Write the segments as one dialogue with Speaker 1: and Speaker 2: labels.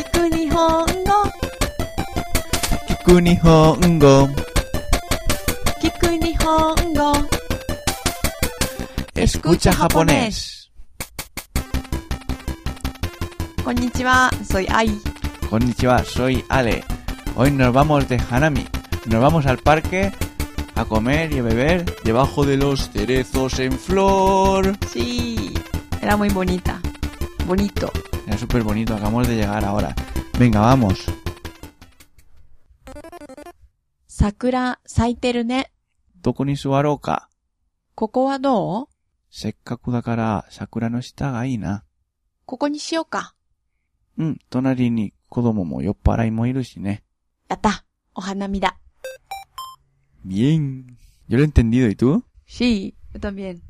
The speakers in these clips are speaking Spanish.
Speaker 1: 本語
Speaker 2: 聞く日本語
Speaker 1: 聞く日本語 Escucha japonés. こんにちは、soy Ai
Speaker 2: Konnichiwa, soy Ale. Hoy nos vamos de Hanami. Nos vamos al parque a comer y a beber debajo de los cerezos en flor.
Speaker 1: Sí, era muy bonita Bonito
Speaker 2: Era súper bonito, acabamos de llegar ahora. Venga, vamos.
Speaker 1: 桜咲いてるね
Speaker 2: Toko ni suaro ka.
Speaker 1: ここはどう
Speaker 2: Sekkaku da kara sakura no shita ga ii na.
Speaker 1: ここにしようか
Speaker 2: Mm, tonari ni kodomo mo yopparai mo iru shi ne.
Speaker 1: やったお花見だ
Speaker 2: Bien. Yo lo he entendido, ¿y tú?
Speaker 1: Sí, yo también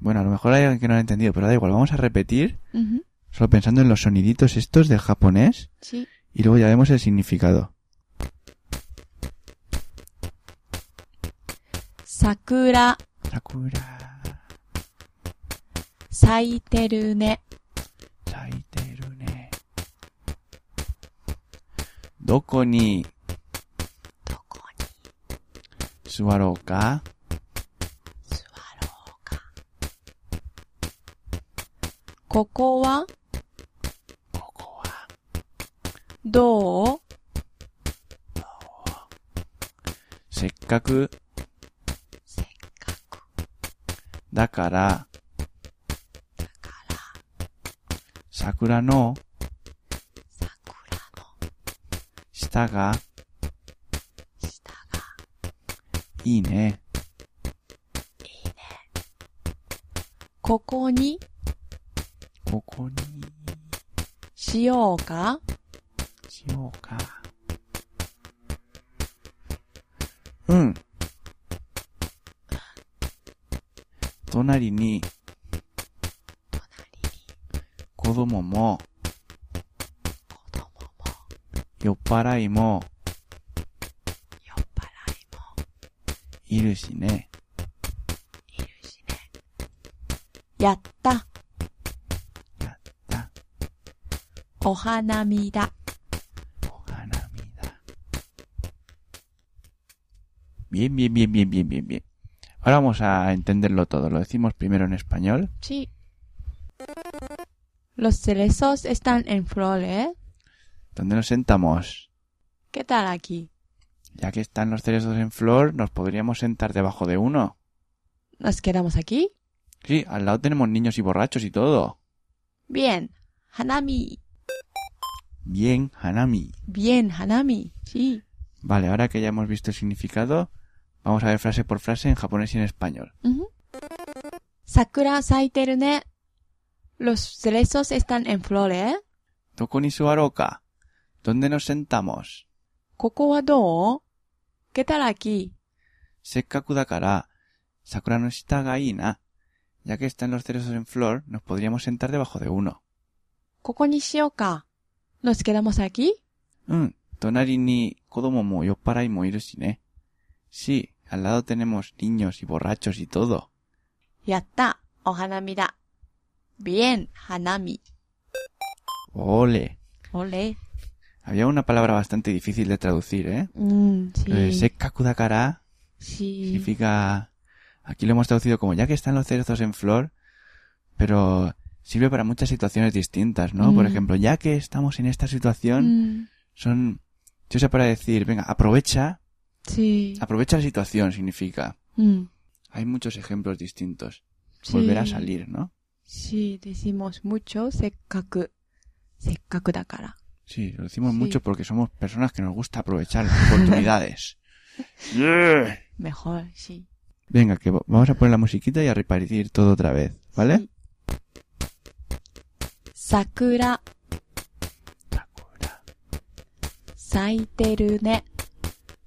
Speaker 2: Bueno, a lo mejor hay alguien que no lo ha entendido, pero da igual, vamos a repetir, solo pensando en los soniditos estos del japonés,
Speaker 1: Sí
Speaker 2: y luego ya vemos el significado.
Speaker 1: 桜
Speaker 2: Sakura,
Speaker 1: 咲いてるね
Speaker 2: saiteru ne. Doko ni
Speaker 1: どこに
Speaker 2: suwarou ka?
Speaker 1: 座ろうか。ここは
Speaker 2: Koko wa
Speaker 1: どう
Speaker 2: sekkaku
Speaker 1: せっかく
Speaker 2: da kara
Speaker 1: だから、
Speaker 2: sakura no
Speaker 1: 桜の
Speaker 2: shita ga
Speaker 1: 下がいい
Speaker 2: ii ne.
Speaker 1: ね。ここに
Speaker 2: Koko ni
Speaker 1: しようか
Speaker 2: shiyou ka. Mm. Tonari ni
Speaker 1: 隣に
Speaker 2: kodomo mo
Speaker 1: 子供も
Speaker 2: yopparai mo
Speaker 1: 酔っ払いも
Speaker 2: iru shi ne.
Speaker 1: いるしね。やった。
Speaker 2: やった。
Speaker 1: お花見だ。
Speaker 2: Ojalá, vida. Bien, bien, bien, bien, bien, bien, bien. Ahora vamos a entenderlo todo. Lo decimos primero en español.
Speaker 1: Sí. Los cerezos están en flores.
Speaker 2: ¿Dónde nos sentamos?
Speaker 1: ¿Qué tal aquí?
Speaker 2: Ya que están los cerezos en flor, nos podríamos sentar debajo de uno.
Speaker 1: ¿Nos quedamos aquí?
Speaker 2: Sí, al lado tenemos niños y borrachos y todo.
Speaker 1: Bien, Hanami.
Speaker 2: Bien, Hanami.
Speaker 1: Bien, Hanami. Sí.
Speaker 2: Vale, ahora que ya hemos visto el significado, vamos a ver frase por frase en japonés y en español.
Speaker 1: 桜咲いてるね。Los cerezos están en flores.
Speaker 2: Toko ni suarou ka? ¿Dónde nos sentamos?
Speaker 1: ここはどう ¿Qué tal aquí?
Speaker 2: Sekkaku da kara, sakura no shita ga ii na. Ya que están los cerezos en flor, nos podríamos sentar debajo de uno.
Speaker 1: ここにしようか。Nos quedamos aquí?
Speaker 2: Mm, tonari ni kodomo mo yopparai mo iru shi ne. Sí, al lado tenemos niños y borrachos y todo.
Speaker 1: やった。お花見だ。Bien, Hanami.
Speaker 2: Ole.
Speaker 1: Ole.
Speaker 2: Había una palabra bastante difícil de traducir, ¿eh?
Speaker 1: Mm,
Speaker 2: Lo de
Speaker 1: sí.
Speaker 2: Sekkaku da kara
Speaker 1: Sí.
Speaker 2: significa... Aquí lo hemos traducido como ya que están los cerezos en flor, pero sirve para muchas situaciones distintas, ¿no? Por
Speaker 1: Mm.
Speaker 2: ejemplo, ya que estamos en esta situación,
Speaker 1: Mm,
Speaker 2: son se usa para decir, venga, aprovecha,
Speaker 1: sí.
Speaker 2: aprovecha la situación, significa.
Speaker 1: Mm,
Speaker 2: Hay muchos ejemplos distintos.
Speaker 1: sí.
Speaker 2: Volver a salir, ¿no?
Speaker 1: Sí, decimos mucho, せっかく。せっかくだから。
Speaker 2: Sí, lo decimos
Speaker 1: Sí.
Speaker 2: mucho porque somos personas que nos gusta aprovechar las oportunidades. Yeah.
Speaker 1: Mejor, sí.
Speaker 2: Venga, que va- vamos a poner la musiquita y a repartir todo otra vez, ¿vale?
Speaker 1: うん桜
Speaker 2: Sakura,
Speaker 1: 咲いてるね。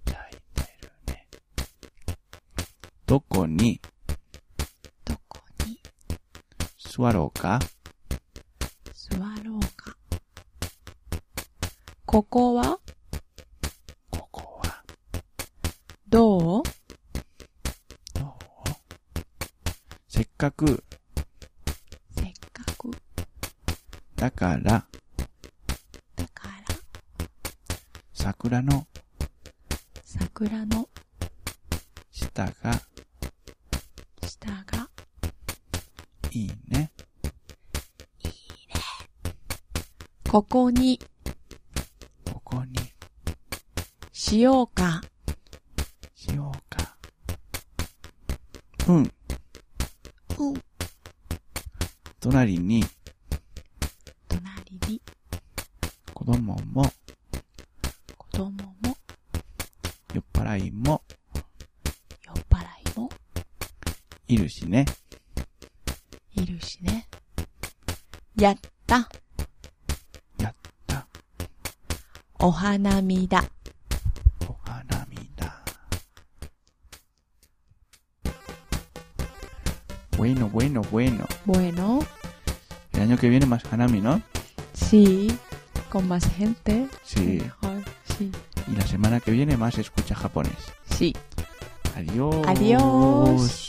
Speaker 2: saiteru ne. Doko ni
Speaker 1: どこに
Speaker 2: suarou ka?
Speaker 1: 座ろうか。ここは
Speaker 2: Koko wa
Speaker 1: どう
Speaker 2: dou? Sekkaku
Speaker 1: せっかく
Speaker 2: da kara
Speaker 1: だから
Speaker 2: 桜の
Speaker 1: 桜の
Speaker 2: 下が
Speaker 1: 下が
Speaker 2: いいね。
Speaker 1: ここに
Speaker 2: ここに
Speaker 1: しようか
Speaker 2: しようか。うん。
Speaker 1: うん
Speaker 2: 隣に
Speaker 1: 隣に
Speaker 2: 子供も
Speaker 1: 子供も
Speaker 2: 酔っ払いも
Speaker 1: 酔っ払いも
Speaker 2: いるしね。
Speaker 1: いるしね。やった
Speaker 2: やった。
Speaker 1: お花見だ。
Speaker 2: お花見だ。Bueno, bueno, bueno.
Speaker 1: Bueno,
Speaker 2: El año que viene más Hanami, ¿no?
Speaker 1: sí, con más gente.
Speaker 2: Sí.
Speaker 1: Mejor, sí.
Speaker 2: Y la semana que viene más escucha japonés.
Speaker 1: Sí.
Speaker 2: Adiós.
Speaker 1: Adiós.